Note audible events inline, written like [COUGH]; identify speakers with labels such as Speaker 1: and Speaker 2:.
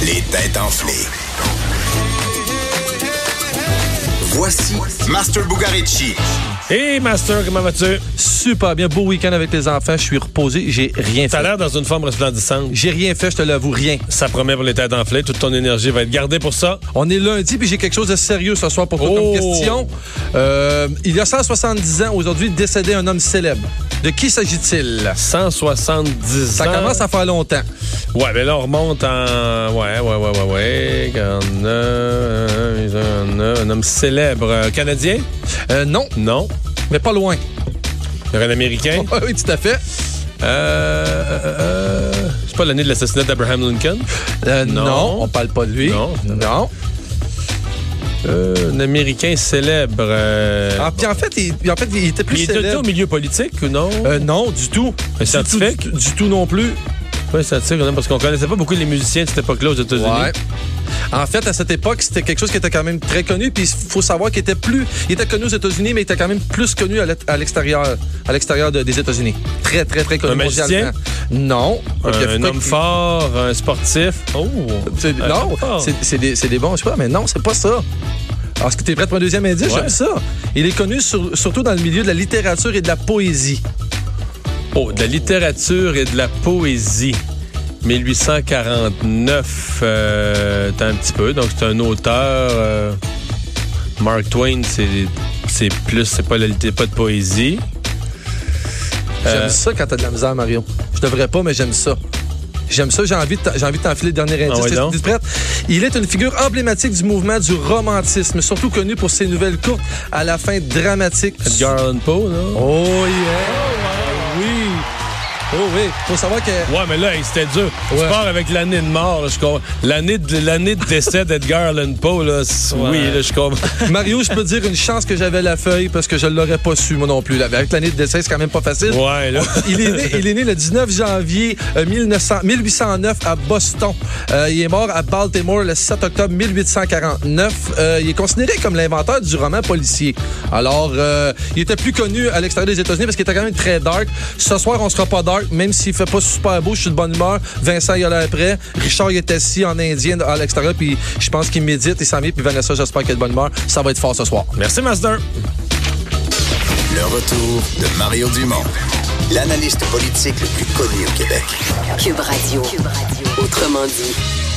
Speaker 1: Les têtes enflées. Voici Master Bugarici.
Speaker 2: Hey Master, comment vas-tu?
Speaker 3: Super bien, beau week-end avec les enfants, je suis reposé, j'ai rien
Speaker 2: T'as
Speaker 3: fait.
Speaker 2: l'air dans une forme resplendissante.
Speaker 3: J'ai rien fait, je te l'avoue, rien.
Speaker 2: Ça promet pour les têtes enflées, toute ton énergie va être gardée pour ça.
Speaker 3: On est lundi, puis j'ai quelque chose de sérieux ce soir pour toi
Speaker 2: Oh!
Speaker 3: comme question. Euh, il y a 170 ans, aujourd'hui, décédé un homme célèbre. De qui s'agit-il?
Speaker 2: 170
Speaker 3: Ça
Speaker 2: ans.
Speaker 3: commence à faire longtemps.
Speaker 2: Ouais, mais là, on remonte en... Ouais, ouais, ouais, ouais, ouais. euh, 49, un, un, un homme célèbre euh, canadien?
Speaker 3: Euh, non,
Speaker 2: Non.
Speaker 3: mais pas loin. [LAUGHS]
Speaker 2: Un américain?
Speaker 3: Ah oui, tout à fait.
Speaker 2: Euh, euh, euh, C'est pas l'année de l'assassinat d'Abraham Lincoln?
Speaker 3: Euh,
Speaker 2: Non.
Speaker 3: non. on parle pas de lui.
Speaker 2: Non.
Speaker 3: Non.
Speaker 2: Euh, un américain célèbre. euh,
Speaker 3: Ah, puis en fait, il, puis en fait, il était plus
Speaker 2: il est doté
Speaker 3: célèbre.
Speaker 2: au milieu politique ou non?
Speaker 3: Euh, non, du tout.
Speaker 2: Un
Speaker 3: Du tout,
Speaker 2: scientifique?
Speaker 3: Du, du tout non plus.
Speaker 2: Ouais, ça tire, non, parce qu'on connaissait pas beaucoup les musiciens de cette époque-là aux États-Unis.
Speaker 3: Ouais. En fait, à cette époque, c'était quelque chose qui était quand même très connu. Puis il faut savoir qu'il était plus, il était connu aux États-Unis, mais il était quand même plus connu à l'ét- à l'extérieur, à l'extérieur de- des États-Unis. Très, très, très connu
Speaker 2: Un magicien?
Speaker 3: mondialement. Non.
Speaker 2: Un,
Speaker 3: Puis, il y a
Speaker 2: un
Speaker 3: quoi
Speaker 2: homme
Speaker 3: qui-
Speaker 2: fort, un sportif. Oh!
Speaker 3: C'est-
Speaker 2: Un
Speaker 3: Non,
Speaker 2: homme fort.
Speaker 3: c'est- c'est des, c'est des bons choix, mais non, c'est pas ça. Alors, est-ce que t'es prêt pour un deuxième indice?
Speaker 2: Ouais.
Speaker 3: J'aime ça. Il est connu sur- surtout dans le milieu de la littérature et de la poésie.
Speaker 2: Oh, de la littérature et de la poésie. 1849, euh, t'as un petit peu. Donc, c'est un auteur. euh, Mark Twain, c'est c'est plus, c'est pas, la litté- pas de poésie.
Speaker 3: J'aime
Speaker 2: Euh.
Speaker 3: ça quand t'as de la misère, Mario. Je devrais pas, mais j'aime ça. J'aime ça, j'ai envie de t'en- j'ai envie de t'enfiler le dernier
Speaker 2: Ah
Speaker 3: indice.
Speaker 2: ouais,
Speaker 3: T'es-
Speaker 2: donc?
Speaker 3: t'es prête? Il est une figure emblématique du mouvement du romantisme, surtout connu pour ses nouvelles courtes à la fin dramatique.
Speaker 2: Edgar Allan Poe, non?
Speaker 3: Oh yeah!
Speaker 2: oui!
Speaker 3: Oh oui! Faut savoir que...
Speaker 2: Ouais, mais là, hey, c'était dur. Tu
Speaker 3: Ouais.
Speaker 2: pars avec l'année de mort. là, je comprends. L'année de, l'année de décès d'Edgar Allan Poe, là, c'est- oui, là, je comprends.
Speaker 3: Mario, je peux te dire une chance que j'avais la feuille parce que je l'aurais pas su, moi non plus. Là, Avec l'année de décès, c'est quand même pas facile.
Speaker 2: Ouais, là.
Speaker 3: [LAUGHS] Il est, né, il est né le 19 janvier euh, 1900 1809 à Boston. Euh, il est mort à Baltimore le 7 octobre 1849. Euh, il est considéré comme l'inventeur du roman policier. Alors, euh, il était plus connu à l'extérieur des États-Unis parce qu'il était quand même très dark. Ce soir, on sera pas dark, même s'il fait pas super beau. Je suis de bonne humeur. Vincent, il a l'air prêt. Richard, il est assis en indien à l'extérieur, puis je pense qu'il médite. Il s'en vient, puis Vanessa, j'espère qu'elle est de bonne humeur. Ça va être fort ce soir.
Speaker 2: Merci, Master.
Speaker 1: Le retour de Mario Dumont, l'analyste politique le plus connu au Québec.
Speaker 4: Cube Radio. Autrement dit.